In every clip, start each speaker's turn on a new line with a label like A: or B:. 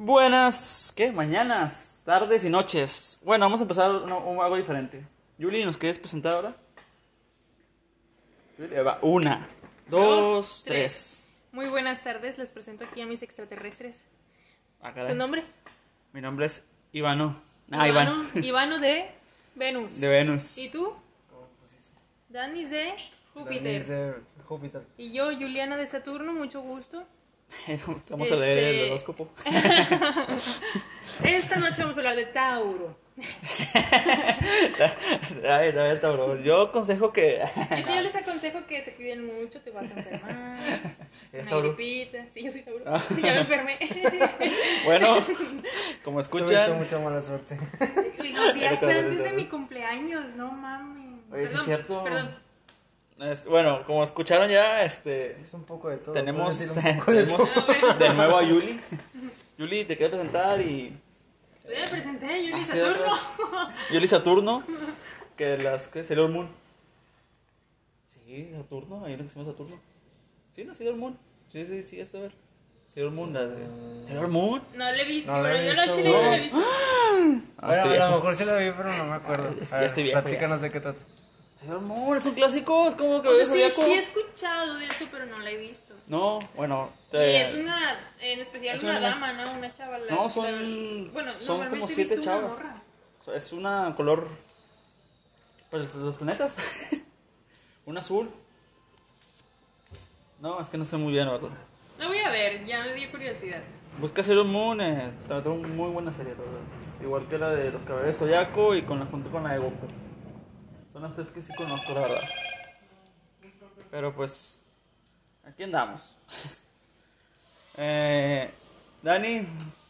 A: Buenas, ¿qué? Mañanas, tardes y noches. Bueno, vamos a empezar uno- un- algo diferente. Yuli, ¿nos quieres presentar ahora? Yuli, ahí va. Una, dos,
B: Dos,
A: tres.
B: tres. Muy buenas tardes, les presento aquí a mis extraterrestres.
A: Ah,
B: ¿Tu
A: caray.
B: nombre?
A: Mi nombre es Ivano. Ah, Iván.
B: Ivano- Ivano de Venus.
A: De Venus.
B: ¿Y tú? Danis de Júpiter.
C: Júpiter. Júpiter.
B: Y yo, Juliana de Saturno, mucho gusto.
A: Vamos a leer
B: Este-
A: el horóscopo.
B: Esta noche vamos a hablar de Tauro.
A: Ay, no, está, bro. Yo aconsejo que.
B: Yo, te- yo les aconsejo que se cuiden mucho, te vas a enfermar.
A: ¿Eres
B: Una
A: Tauro? Ah.
B: gripita. Sí, yo soy Tauro. Ya me enfermé.
A: Bueno, como
C: Tuviste
A: escuchan.
C: mucha mala suerte.
B: Y Los días
A: Eres Tauro, eres
B: antes de
A: Tauro.
B: mi cumpleaños, no mames.
A: Oye, sí es
B: Perdón,
A: cierto.
B: Perdón.
A: es- bueno, como escucharon ya, este.
C: Es un poco de todo.
A: Tenemos,
C: puedes decir un poco de todo.
A: tenemos de nuevo a Yuli. Yuli, te quiero presentar y
B: Ya me presenté, Yuli
A: Ah, sí,
B: Saturno.
A: Yuli Saturno, que las que Sailor Moon. Sí, Saturno, hay una que se llama Saturno. Sí, no, Sailor Moon. Sí, sí, sí, esta a ver. Sailor Moon, la de. Sailor Moon.
B: No le he visto,
C: No lo he
B: bueno, yo la
C: visto,
B: chile no la he
C: güey.
B: visto.
A: Ah,
C: Bueno,
A: estoy
C: a lo
A: viejo.
C: mejor sí la vi, pero no me acuerdo.
A: ya
C: A ver,
A: estoy viejo,
C: Platícanos de qué trata.
A: Sailor Moon, es un clásico, es como que
B: O sea,
A: ves
B: sí,
A: Zodíaco.
B: sí he escuchado de eso, pero no la he visto.
A: No, bueno. eh,
B: y
A: te-
B: es una, en especial
A: es
B: una
A: una-
B: dama, ¿no? Una chava. la-
A: No, son-
B: la- bueno,
A: son
B: normalmente
A: como
B: he
A: siete
B: visto una
A: chavas.
B: morra.
A: Es una color. Pues los planetas. un azul. No, es que no sé muy bien, la verdad.
B: La voy a ver, ya me dio curiosidad.
A: Busca Sailor Moon, eh, trató un- muy buena serie, la verdad. Igual que la de los caballeros Zodiaco y con la junto con la de Goku. Son las tres que sí conozco, la verdad. Pero pues, aquí andamos. eh, Dani,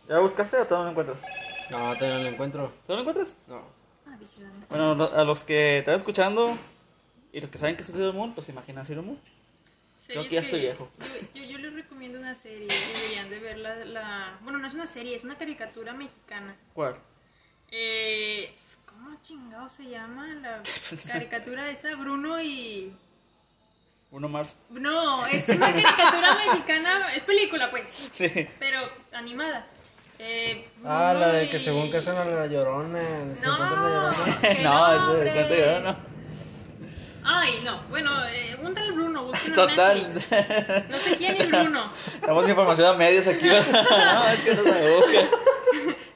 A: ¿ya buscaste o todavía no encuentras?
C: No, todavía no lo encuentro.
A: ¿Todavía no encuentras?
C: No.
B: Ah, bicho, dame.
A: Bueno, lo- a los que están escuchando y los que saben que es Sailor Moon, pues se imaginan Sailor Moon. Creo
B: Series
A: que ya estoy viejo.
B: Yo, yo, yo les recomiendo una serie, y deberían de verla. La, bueno, no es una serie, es una caricatura mexicana.
A: ¿Cuál?
B: Eh, ¿Cómo chingado se llama la caricatura esa? Bruno y...
A: Uno más.
B: No, es una caricatura mexicana, es película pues,
A: Sí.
B: pero animada. Eh,
C: Ah, la de
B: muy-
C: que según casan a la llorona. Se encuentran la
B: No,
C: llorona.
B: que
A: no, es
B: hombre.
A: de cuento que no.
B: Ay, no, bueno, eh, un tal Bruno, busquen en
A: Total.
B: Netflix. No sé quién es Bruno.
A: Damos información a medias aquí. no, es que no se busca.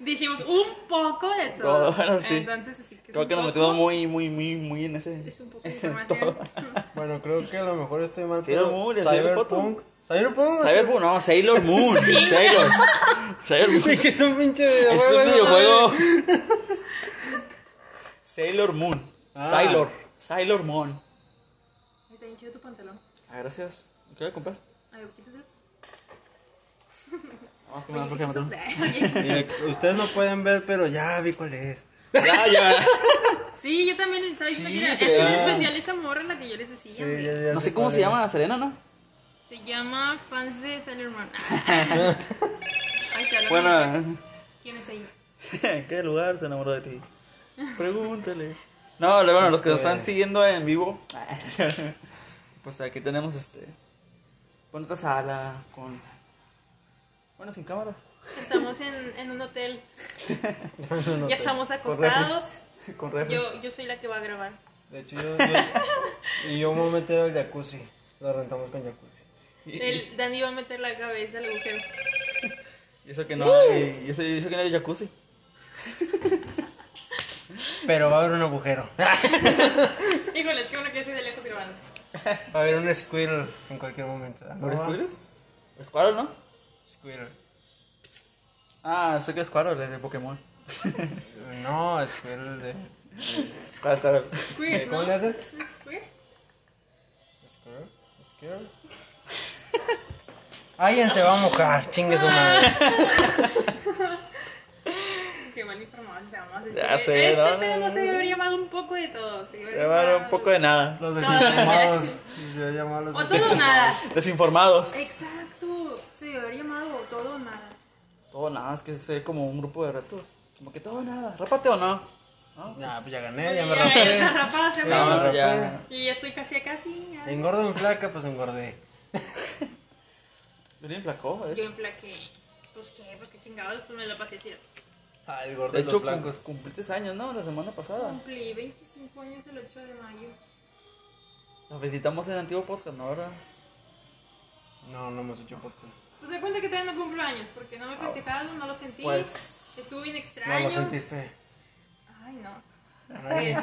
B: Dijimos un poco de
A: Todo,
B: todo.
A: bueno, sí.
B: Entonces, así que. es
A: Creo
B: un
A: que nos
B: poco-
A: metimos muy, muy, muy, muy en ese.
B: Es un poco de
A: en
B: información.
A: todo.
C: Bueno, creo que a lo mejor estoy mal.
A: Sailor
C: pero
A: Moon, le salió
C: Cyberpunk. Cyberpunk.
A: Sailor Moon, no, Sailor Moon. Sailor. Sailor Moon.
C: Que es un pinche
A: Es
C: videojuego.
A: un
C: ¿no?
A: videojuego. Sailor Moon.
C: Ah.
A: Sailor. Sailor Moon.
B: Está bien chido tu pantalón.
A: Ah, gracias. ¿Qué voy a comprar?
B: A ver, quítatelo.
A: Nada más que me da flojera
B: Oye, ¿qué es eso?
A: meterlo.
C: Mira, Ustedes no pueden ver, pero ya vi cuál es.
A: Ya, ya.
B: Sí, yo también, ¿sabes?
A: Sí, ah.
B: Mira,
A: se
B: es
A: da.
B: una especial esta morra la que yo les decía.
C: Sí,
B: hombre.
C: ya- ya
A: No sé
C: sé
A: cómo
C: cuál
A: se
C: es.
A: llama Serena, ¿no?
B: Se llama Fans de Sailor Moon. Ahí está la mujer.
A: Bueno.
B: ¿Quién es ella?
A: ¿En qué lugar se enamoró de ti? Pregúntale. No, le- bueno, los que nos están siguiendo en vivo, pues aquí tenemos este. Bueno, esta sala con. Bueno, sin cámaras.
B: Estamos en, en un hotel.
C: No, no,
B: Ya estamos
C: con refres.
B: acostados.
A: Con refres.
B: Yo, yo soy la que va a grabar.
C: De hecho, yo, yo- y yo me voy a meter al jacuzzi. Lo rentamos con jacuzzi.
A: Y, y-
B: El Dani va a meter la cabeza al agujero.
A: y eso que no
B: ¡Uh!
A: hay. Y eso, y eso que no hay jacuzzi.
C: Pero va a haber un agujero.
B: Híjole, es que uno que así de lejos grabando.
C: Va a haber un squirrel en cualquier momento. Ah,
A: ¿Por
C: no,
A: Squirrel? ¿Squirrel, no?
C: Squirrel.
A: Ah, sé que es Squirrel, es de Pokémon.
C: No, squirrel de.
A: Squirrel, Squirrel. Eh,
B: Queer,
C: ¿Cómo
B: ¿no?
C: le hacen?
B: ¿Es queer?
C: Squirrel. Squirrel. Alguien se va a mojar, chingue su madre.
B: Qué mal informado estamos.
A: Ya sé,
B: este
A: no,
B: pedo
A: no,
B: no
A: no.
B: se debería llamado un poco de todo. Se debería
A: Llevaron
B: llamar
A: un poco de nada.
C: Los
B: No, no, no.
C: desinformados. Yo he llamado a los
B: O todo o nada.
A: Desinformados.
B: Exacto. Se debería llamado todo o nada.
A: Todo nada, es que es como un grupo de retos. Como que todo nada. ¿Rápate o no? No,
C: Nah, pues ya
A: Eh,
C: gané, ya me
B: Ya, ya está
C: rapé.
B: rapado, se
C: No,
B: ve.
C: no,
A: ya.
B: Y ya estoy casi a casi. ya.
C: Engordo en flaca, pues engordé.
A: Yo le enflacó,
B: Yo
A: ¿eh?
B: emplaqué. Pues qué, pues qué chingados, pues me la pasé así.
C: Ah, el gordo
A: De
C: de
A: hecho,
C: los blancos.
A: cum- cumpliste años, ¿no? La semana
C: Ah.
A: pasada.
B: Cumplí 25 años el 8 de mayo.
A: La felicitamos en antiguo podcast, ¿no? Ahora.
C: No, no hemos hecho podcast.
B: Pues de cuenta que todavía no cumplo años, porque no me festejaron, no lo sentí.
A: Pues-
B: Estuvo bien
C: No
B: extraño.
C: lo sentiste. Ah,
B: Ay, no.
C: Ay,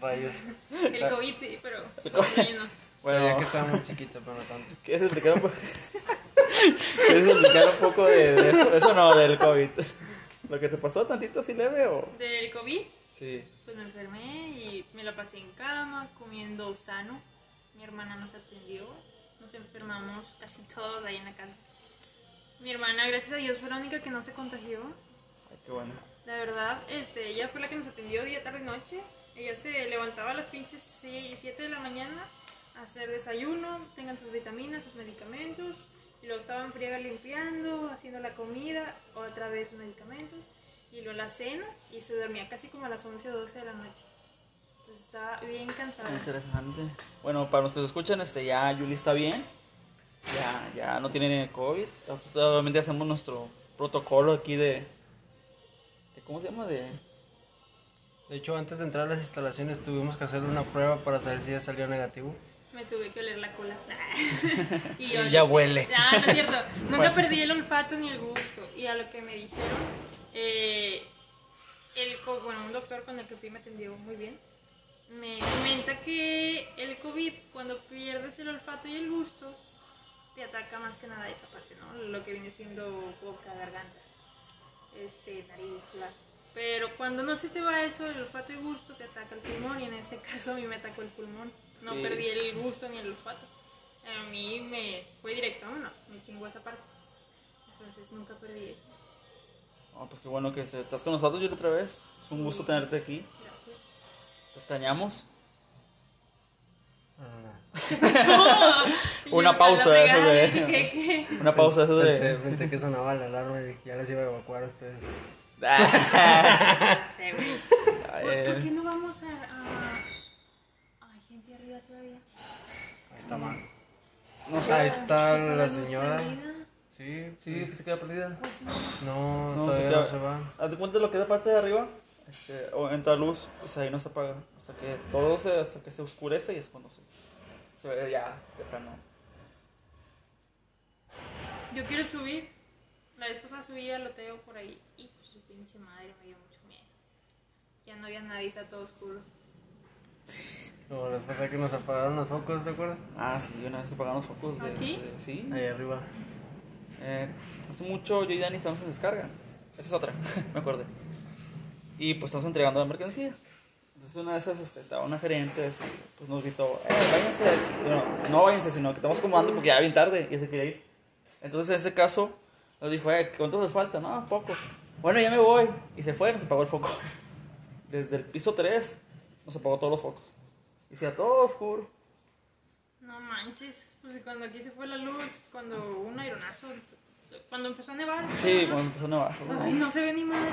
C: Rayos.
B: El COVID sí, pero pues, el año no.
A: Bueno,
C: Sabía que estaba muy chiquito, pero no tanto.
A: ¿Quieres explicar un poco? ¿Quieres explicar un poco de, de eso? Eso no, del COVID. ¿Lo que te pasó tantito así leve o...?
B: Del COVID,
A: Sí.
B: pues me enfermé y me la pasé en cama, comiendo sano. Mi hermana nos atendió, nos enfermamos casi todos ahí en la casa. Mi hermana, gracias a Dios, fue la única que no se contagió.
A: Ay, qué bueno.
B: La verdad, este, ella fue la que nos atendió día, tarde, noche. Ella se levantaba a las pinches 6 y 7 de la mañana a hacer desayuno, tengan sus vitaminas, sus medicamentos. Y luego estaban friega limpiando, haciendo la comida, otra vez sus medicamentos. Y luego la cena y se dormía casi como a las 11 o 12 de la noche. Entonces estaba bien cansada.
A: Interesante. Bueno, para los que nos escuchan, este, ya Yuli está bien. Ya, ya no tiene COVID. Nosotros Obviamente hacemos nuestro protocolo aquí de... de- ¿Cómo se llama? De...
C: De hecho, antes de entrar a las instalaciones tuvimos que hacer una prueba para saber si ya salió negativo.
B: Me tuve que oler la cola. y
C: Y ya huele.
B: Ah, no es cierto. Nunca
A: Bueno.
B: perdí el olfato ni el gusto. Y a lo que me dijeron, eh, el, co- bueno, un doctor con el que fui me atendió muy bien. Me comenta que el COVID, cuando pierdes el olfato y el gusto, te ataca más que nada esta parte, ¿no? Lo que viene siendo boca, garganta, este, nariz, la... Pero cuando no se te va eso, el olfato y gusto te ataca el pulmón y en este caso a mí me atacó el pulmón. No
A: Sí.
B: perdí el gusto ni el olfato. A mí me fue directo, vámonos, me chingó esa parte. Entonces nunca perdí eso.
A: Oh, pues qué bueno que se- estás con nosotros, Yuli, otra vez. Es un gusto tenerte aquí.
B: Gracias.
A: Te extrañamos.
C: No, no, no.
B: Y
A: Una
B: yo,
A: pausa
B: la
A: de eso
B: pegada,
A: de-
B: dije, ¿qué, qué?
C: Pues,
A: Una pausa, eso
C: Pensé,
A: de...
C: pensé que sonaba la alarma y dije, ya les iba a evacuar a ustedes.
B: No sé, güey.
A: Ah,
B: ¿Por, por
A: eh.
B: qué no vamos a, a... Hay gente arriba todavía.
C: Ahí está mal.
A: No
C: Ahí
A: sabes.
C: está
B: ¿Está
C: la
B: luz
C: señora.
B: prendida?
C: Sí,
A: Sí, dije que se queda perdida.
B: Pues no.
C: No,
A: No,
C: todavía
A: se queda-
C: no se va.
A: Haz de cuenta lo que es la parte de arriba, este, o entra luz, pues ahí no se apaga. Hasta que todo se, hasta que se oscurece y es cuando se, se ve ya de plano.
B: Yo quiero subir. La vez pasada subí al loteo por ahí. Hijo de su pinche madre, me dio mucho miedo. Ya no había nadie, está todo oscuro.
C: Como las pasa que nos apagaron los focos, ¿te acuerdas?
A: Ah, sí, una vez apagaron los focos de.
B: ¿Aquí?
A: de- sí.
C: Ahí arriba.
A: Eh, hace mucho yo y Dani estábamos en descarga. Esa es otra, me acordé. Y pues estamos entregando la mercancía. Entonces una de esas este, estaba una gerente, así, pues nos gritó, eh, váyanse. Bueno, no váyanse, sino que estamos acomodando porque ya bien tarde y se quería ir. Entonces en ese caso nos dijo, eh, ¿cuánto les falta? No, poco. Bueno, ya me voy. Y se fueron, se apagó el foco. Desde el piso 3 nos apagó todos los focos. Y se todo oscuro.
B: No manches. Pues cuando aquí se fue la luz, cuando un aeronazo. Cuando empezó a nevar.
A: Sí, cuando empezó a nevar.
B: Ay, no se ve ni madre.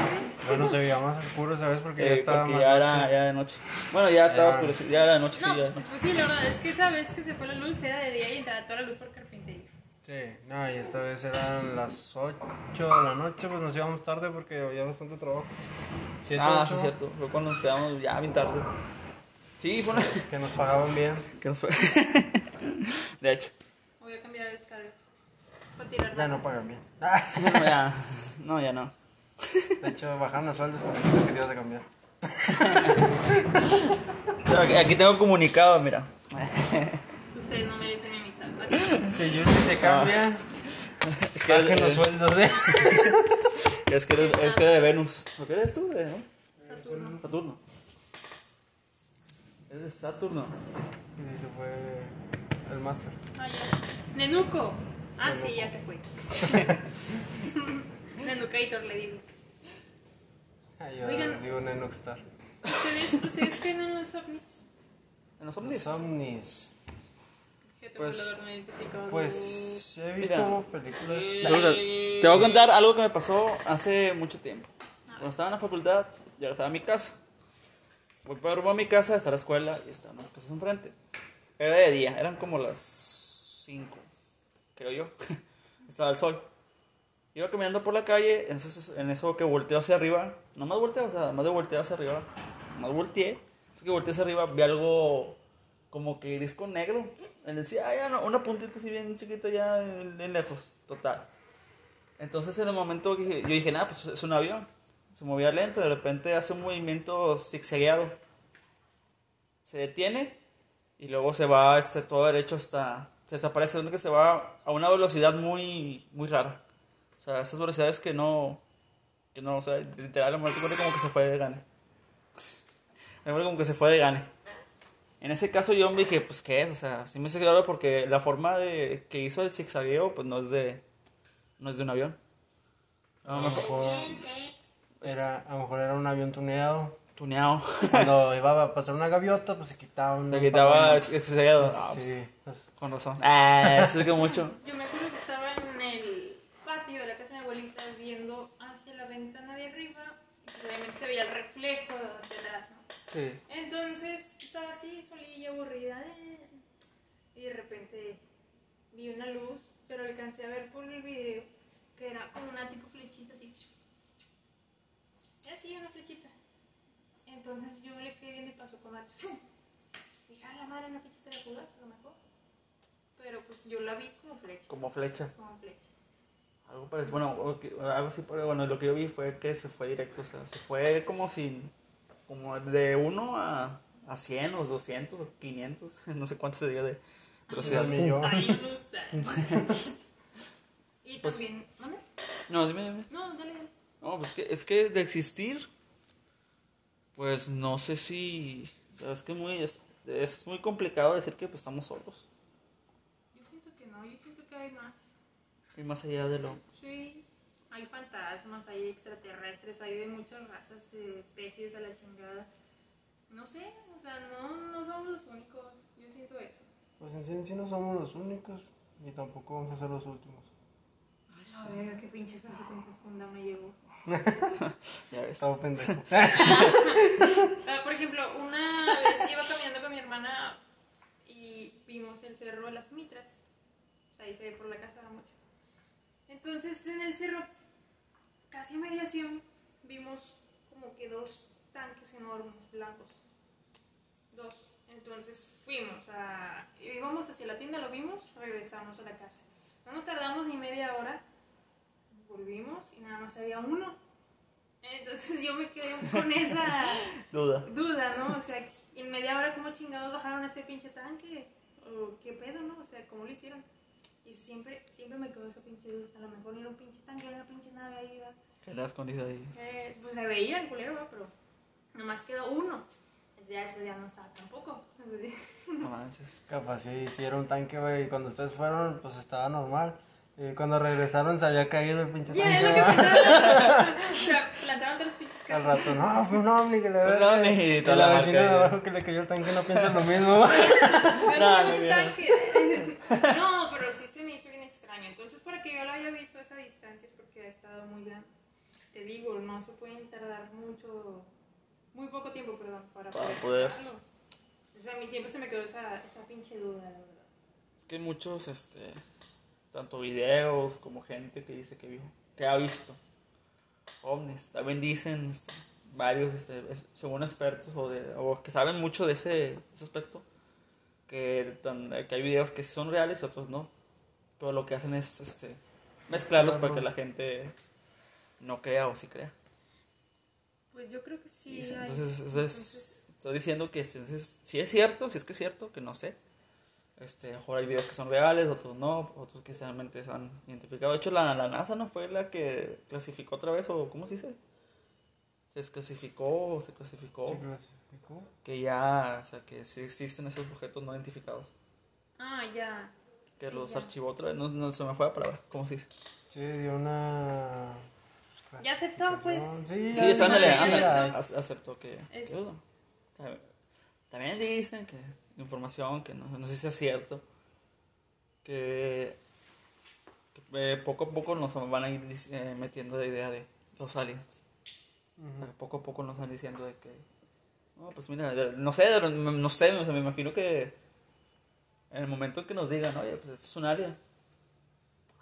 C: Bueno, se veía más oscuro, ¿sabes? Porque ya
A: Eh,
C: estaba
A: porque
C: más
A: ya
C: noche.
A: era, ya era noche. Bueno, ya estaba
C: Era-
A: oscurecido, ya era de noche,
B: No,
A: sí, ya.
B: pues, pues sí, la verdad es que esa vez que se fue la luz era de día y entraba toda la luz por carpintería.
C: Sí, no, y esta vez eran las 8 de la noche, pues nos íbamos tarde porque había bastante trabajo. Siete,
A: Ah,
C: ocho,
A: sí, cierto. Fue cuando nos quedamos ya bien tarde. Sí, fue una.
C: Que nos pagaban bien.
A: ¿Qué nos fue? de hecho.
B: Voy a cambiar de descarga. Para tirar
C: Ya no pagan bien. Ah,
A: No, ya no. Ya no.
C: De hecho, bajaron los sueldos cuando dijiste que te ibas a cambiar.
A: Ah. Pero aquí- Aquí tengo comunicado, mira.
B: Ustedes no merecen mi amistad. ¿vale?
C: Si Yuli se
A: cambia, Ah, Es que, eres,
C: los sueldos, ¿eh?
A: es que eres- es que eres de Venus. ¿Lo que eres tú? De, ¿no?
B: Saturno.
A: Saturno. Eres de Saturno.
C: Y se fue el máster.
B: Ay, Ah, ya. Nenuco. Ah, sí, ya se fue. Nenucator le digo.
C: Ah, Yo
B: Oigan.
C: digo Nenoxstar.
B: ¿Ustedes, ¿Ustedes creen en los ovnis?
A: En los ovnis.
C: Los ovnis.
B: Objeto
A: Pues,
B: volador no identificado.
C: Pues he visto
A: Mira.
C: películas.
B: Eh.
A: Te voy, a, te voy a contar algo que me pasó hace mucho tiempo. Cuando estaba en la facultad, ya estaba en mi casa. Voy para rumbo a mi casa, está la escuela y estaban las casas enfrente. Era de día, eran como las 5, creo yo. estaba el sol. Iba caminando por la calle, entonces en eso que volteo hacia arriba, nomás volteo, o sea, más de voltear hacia arriba, más volteé, eso que volteé hacia arriba, vi algo como que gris con negro. En el cielo, ah, ya no, una puntita así bien chiquita ya en, en lejos, total. Entonces en el momento que dije- yo dije, nada, pues es un avión. Se movía lento, de repente hace un movimiento zigzagueado. Se detiene y luego se va este, todo derecho hasta... Se desaparece, donde que se va a una velocidad muy, muy rara. O sea, esas velocidades que no... Que no, o sea, literal, el muerto como que se fue de gane. El muerto como que se fue de gane. En ese caso yo me dije, pues qué es, o sea, sí me hice claro porque la forma de que hizo el zigzagueo pues no es de no es de un avión.
C: A lo mejor era, a lo mejor era un avión tuneado.
A: Tuneado.
C: Cuando iba a pasar una gaviota, pues se quitaba un.
A: Se quitaba
C: un-
A: el zigzagueado. Ah, pues,
C: Sí, pues,
A: con razón. Ah, eso es que mucho.
B: Yo me acuerdo que estaba en el patio de la casa de mi abuelita viendo hacia la ventana de arriba y pues obviamente se veía el reflejo hacia atrás, ¿no?
A: Sí.
B: Entonces estaba así, solilla, aburrida. eh, Y de repente vi una luz, pero alcancé a ver por el video que era como una tipo flechita así. chu, chu. Así, una flechita. Entonces yo le quedé bien y pasó con Mati. ¡fum! Dije, a la madre, una flechita de jugar, a lo mejor. Pero pues yo la vi como flecha.
A: Como flecha.
B: Como flecha.
A: Algo parecido. Bueno, o que- algo así, pero bueno, lo que yo vi fue que se fue directo, o sea, se fue como sin como de 1 a a 100 o 200 o 500, no sé cuánto se diga de velocidad.
C: un millón.
B: Ay, luz. ay. y
A: Pues-
B: también. ¿Mande?
A: No, dime, dime.
B: No, dale, dale.
A: No, pues que, es que de existir, pues no sé si. o sea, es que muy, es, es muy complicado decir que pues, estamos solos.
B: Yo siento que no, yo siento que hay más.
A: Y más allá de lo.
B: Sí, hay fantasmas, hay extraterrestres, hay de muchas razas, eh, especies a la chingada. No sé, o sea, no, no somos los únicos. Yo siento eso.
C: pues en sí, en sí no somos los únicos y tampoco vamos a ser los últimos.
B: A ver, qué pinche frase tan profunda me llevó.
A: Ya ves.
C: Estaba pendejo.
B: Ah, por ejemplo, una vez iba caminando con mi hermana y vimos el cerro de las Mitras. O sea, ahí se ve por la casa mucho. Entonces, en el cerro, casi a mediación, vimos como que dos tanques enormes, blancos. Dos. Entonces fuimos a. íbamos hacia la tienda, lo vimos, regresamos a la casa. No nos tardamos ni media hora. Volvimos y nada más había uno. Entonces yo me quedé con esa
A: Duda.
B: duda, ¿no? O sea, en media hora, ¿cómo chingados bajaron ese pinche tanque? ¿O qué pedo, no? O sea, ¿cómo lo hicieron? Y siempre, siempre me quedó esa pinche duda. A lo mejor era un pinche tanque, era una pinche nave ahí, ¿verdad?
A: Que la escondida ahí.
B: Eh, pues se veía el culero, ¿verdad? Pero nomás quedó uno. Entonces ya después ya no estaba tampoco.
A: No manches.
C: Capaz sí hicieron tanque, güey. y Cuando ustedes fueron, pues estaba normal. Y cuando regresaron, se había caído el pinche
B: Y
C: tanque.
B: es lo que
C: ¿verdad?
B: pensaba. o sea, plantaron todas las pinches
C: Al
B: casas.
C: rato, Pues no, fue un ovni que le
A: Un
C: verga.
A: ovni,
C: Y
A: toda
C: la
A: la
C: vecina de
A: marca,
C: abajo que le cayó el tanque no piensa lo mismo.
A: No,
B: No, no,
A: no
B: eh,
A: vieron.
B: no, pero sí se me hizo bien extraño. Entonces, para que yo lo haya visto a esa distancia es porque ha estado muy grande. Te digo, no se pueden tardar mucho, muy poco tiempo, perdón, para,
A: Para poder.
B: verlo. O sea, a mí siempre se me quedó esa, esa pinche duda, la verdad.
A: Es que hay muchos, este. Tanto videos como gente que dice que vio. Que ha visto. Ovnis. También dicen este, varios, este, es- según expertos o, de- o que saben mucho de ese, ese aspecto. Que, tan- que hay videos que sí son reales y otros no. Pero lo que hacen es este, mezclarlos para que la gente no crea o sí crea.
B: Pues yo creo que sí.
A: Y se-
B: hay-
A: entonces, eso
B: entonces,
A: es, estoy diciendo que si, es- si es cierto, si es que es cierto, que no sé. Este, a lo mejor hay videos que son reales, otros no, otros que realmente se han identificado. De hecho, la, la NASA no fue la que clasificó otra vez, o ¿cómo se dice? Se desclasificó, o se clasificó, que ya, o sea, que sí existen esos objetos no identificados.
B: Ah, ya.
A: Que
B: Sí,
A: los
B: ya.
A: archivó otra vez, no, no se me fue la palabra, ¿cómo se dice?
C: Sí, dio una.
B: Ya aceptó, pues.
C: Sí,
A: Sí, es, ándale,
B: sí,
A: ándale,
B: ya.
A: ac- acepto que... que
B: Es-
A: dudo. También- También dicen que información que no, no sé si es cierto, que, que, eh, poco a poco nos van a ir dic- eh, metiendo la idea de los aliens. O sea, poco a poco nos van diciendo de que... No, pues mira, de- no sé, de- no sé, o sea, me imagino que en el momento en que nos digan, oye, pues esto es un alien.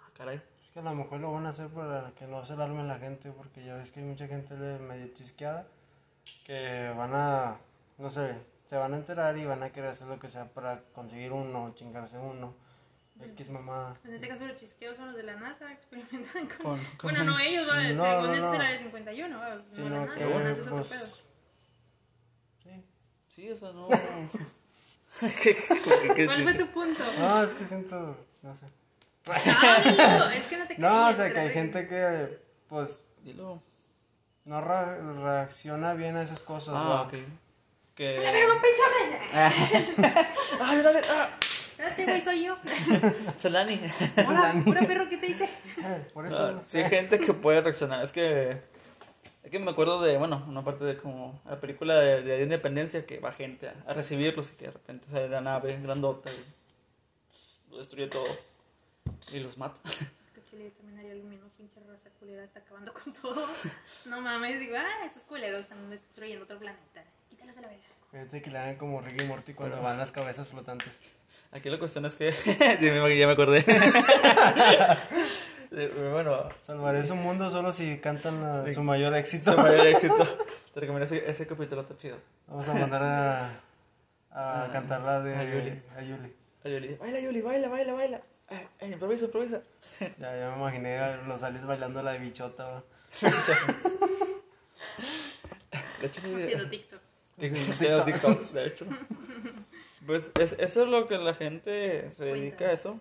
A: Ah, caray.
C: que a lo mejor lo van a hacer para que no se alarme la gente, porque ya ves que hay mucha gente le- medio chisqueada que van a, no sé, se van a enterar y van a querer hacer lo que sea para conseguir uno, chingarse uno. X mamá.
B: En este caso los chisqueos son los de la NASA, experimentan con...
A: Con, con-
B: Bueno, no ellos, va,
C: No,
B: según este
C: no,
B: ese es el
C: no.
B: área 51, va, no la
C: Sino
B: NASA,
C: que,
B: la NASA es otro pedo.
C: pues. Sí.
A: Sí, o sea, no. Es que- ¿qué- qué- Ah,
B: ¿Cuál fue tu punto?
C: No, es que siento, no sé.
B: Háblalo, es que Ah, no te
C: No, o
B: calles,
C: sea, que hay
B: espérate.
C: gente que, pues,
A: Dilo.
C: no re- reacciona bien a esas cosas.
A: Ah,
C: ¿no?
A: ok.
B: ¡A la verga,
A: Que.
B: un pinche hombre!
A: ¡Ay, una vez! ¡Ah!
B: Este güey soy yo.
A: Salani.
B: Hola, pura perro, ¿qué te hice?
C: Eh, Por eso.
A: Ah, sí, hay gente que puede reaccionar. Es que. Es que me acuerdo de, bueno, una parte de como la película de, de Independencia que va gente a, a recibirlos y que de repente sale la nave grandota y lo destruye todo y los mata.
B: Que chile, yo también haría lo mismo, pinche raza culera, está acabando con todo. No mames, digo, ah, estos culeros están destruyendo otro planeta. Quítalos a la verga.
C: Fíjate que le hagan como Ricky y Morty cuando van las cabezas flotantes.
A: Aquí la cuestión es que. Sí, me- ya me acordé. Sí, bueno,
C: Salvaré su mundo solo si cantan la-
A: Sí.
C: su mayor éxito.
A: su mayor éxito. Te recomiendo ese, ese capítulo, está chido.
C: Vamos a mandar a, a
A: Ah,
C: cantar la de
A: a Yuli.
C: a Yuli.
A: A Yuli, baila, Yuli, baila, baila, baila. Eh, eh, improvisa, improvisa.
C: Ya, ya me imaginé a los aliens bailando la de bichota. va.
A: De hecho, mi-
B: Haciendo TikToks.
A: Tiene TikToks, de hecho. Pues es- eso es lo que la gente se dedica a eso.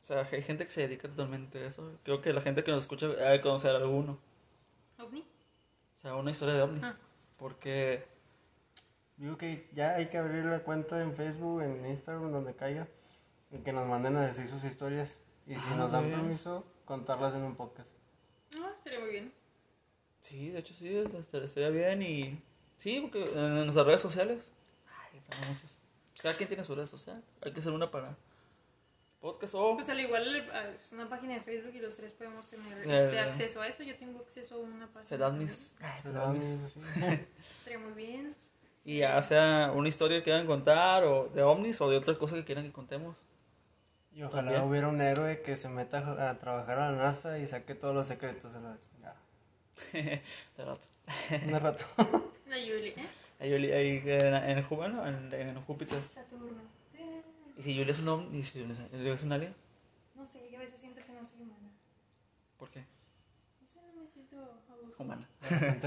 A: O sea, hay gente que se dedica totalmente a eso. Creo que la gente que nos escucha ha de conocer alguno.
B: ¿Ovni?
A: O sea, una historia de ovni.
B: Ah.
A: Porque
C: Digo que ya hay que abrir la cuenta en Facebook, en Instagram, donde caiga. Y que nos manden a decir sus historias. Y si
A: Ah,
C: nos dan
A: güey.
C: permiso, contarlas en un podcast.
B: No, estaría muy bien.
A: sí, de hecho sí, o sea, estaría- estaría bien y... Sí, porque en, en nuestras redes sociales. Ay, tenemos muchas. Pues cada quien tiene su red social. Hay que hacer una para podcast o...
B: Pues al igual ah, es una página de Facebook y los tres podemos tener
A: Eh,
B: este, acceso a eso. Yo tengo acceso a una página.
A: Sedadmis. Ay, sedadmis.
C: Pues Sí.
B: Estaría muy bien.
A: Y ya sea una historia que quieran contar o de ovnis o de otra cosa que quieran que contemos.
C: Y ojalá
A: También.
C: hubiera un héroe que se meta a trabajar a la NASA y saque todos los secretos de la chingada.
A: De rato.
C: Un rato.
B: La Yuli, ¿eh?
A: Ahí, Yuli- ahí en, en, Ju- bueno, en, en Júpiter.
B: Saturno. Eh,
A: ¿Y si Julia es un ovni? ¿Y si Julia es- Julia es un alien?
B: No sé, yo a veces siento que no soy humana.
A: ¿Por qué?
B: No sé, no me siento a gusto.
A: Humana.
C: De repente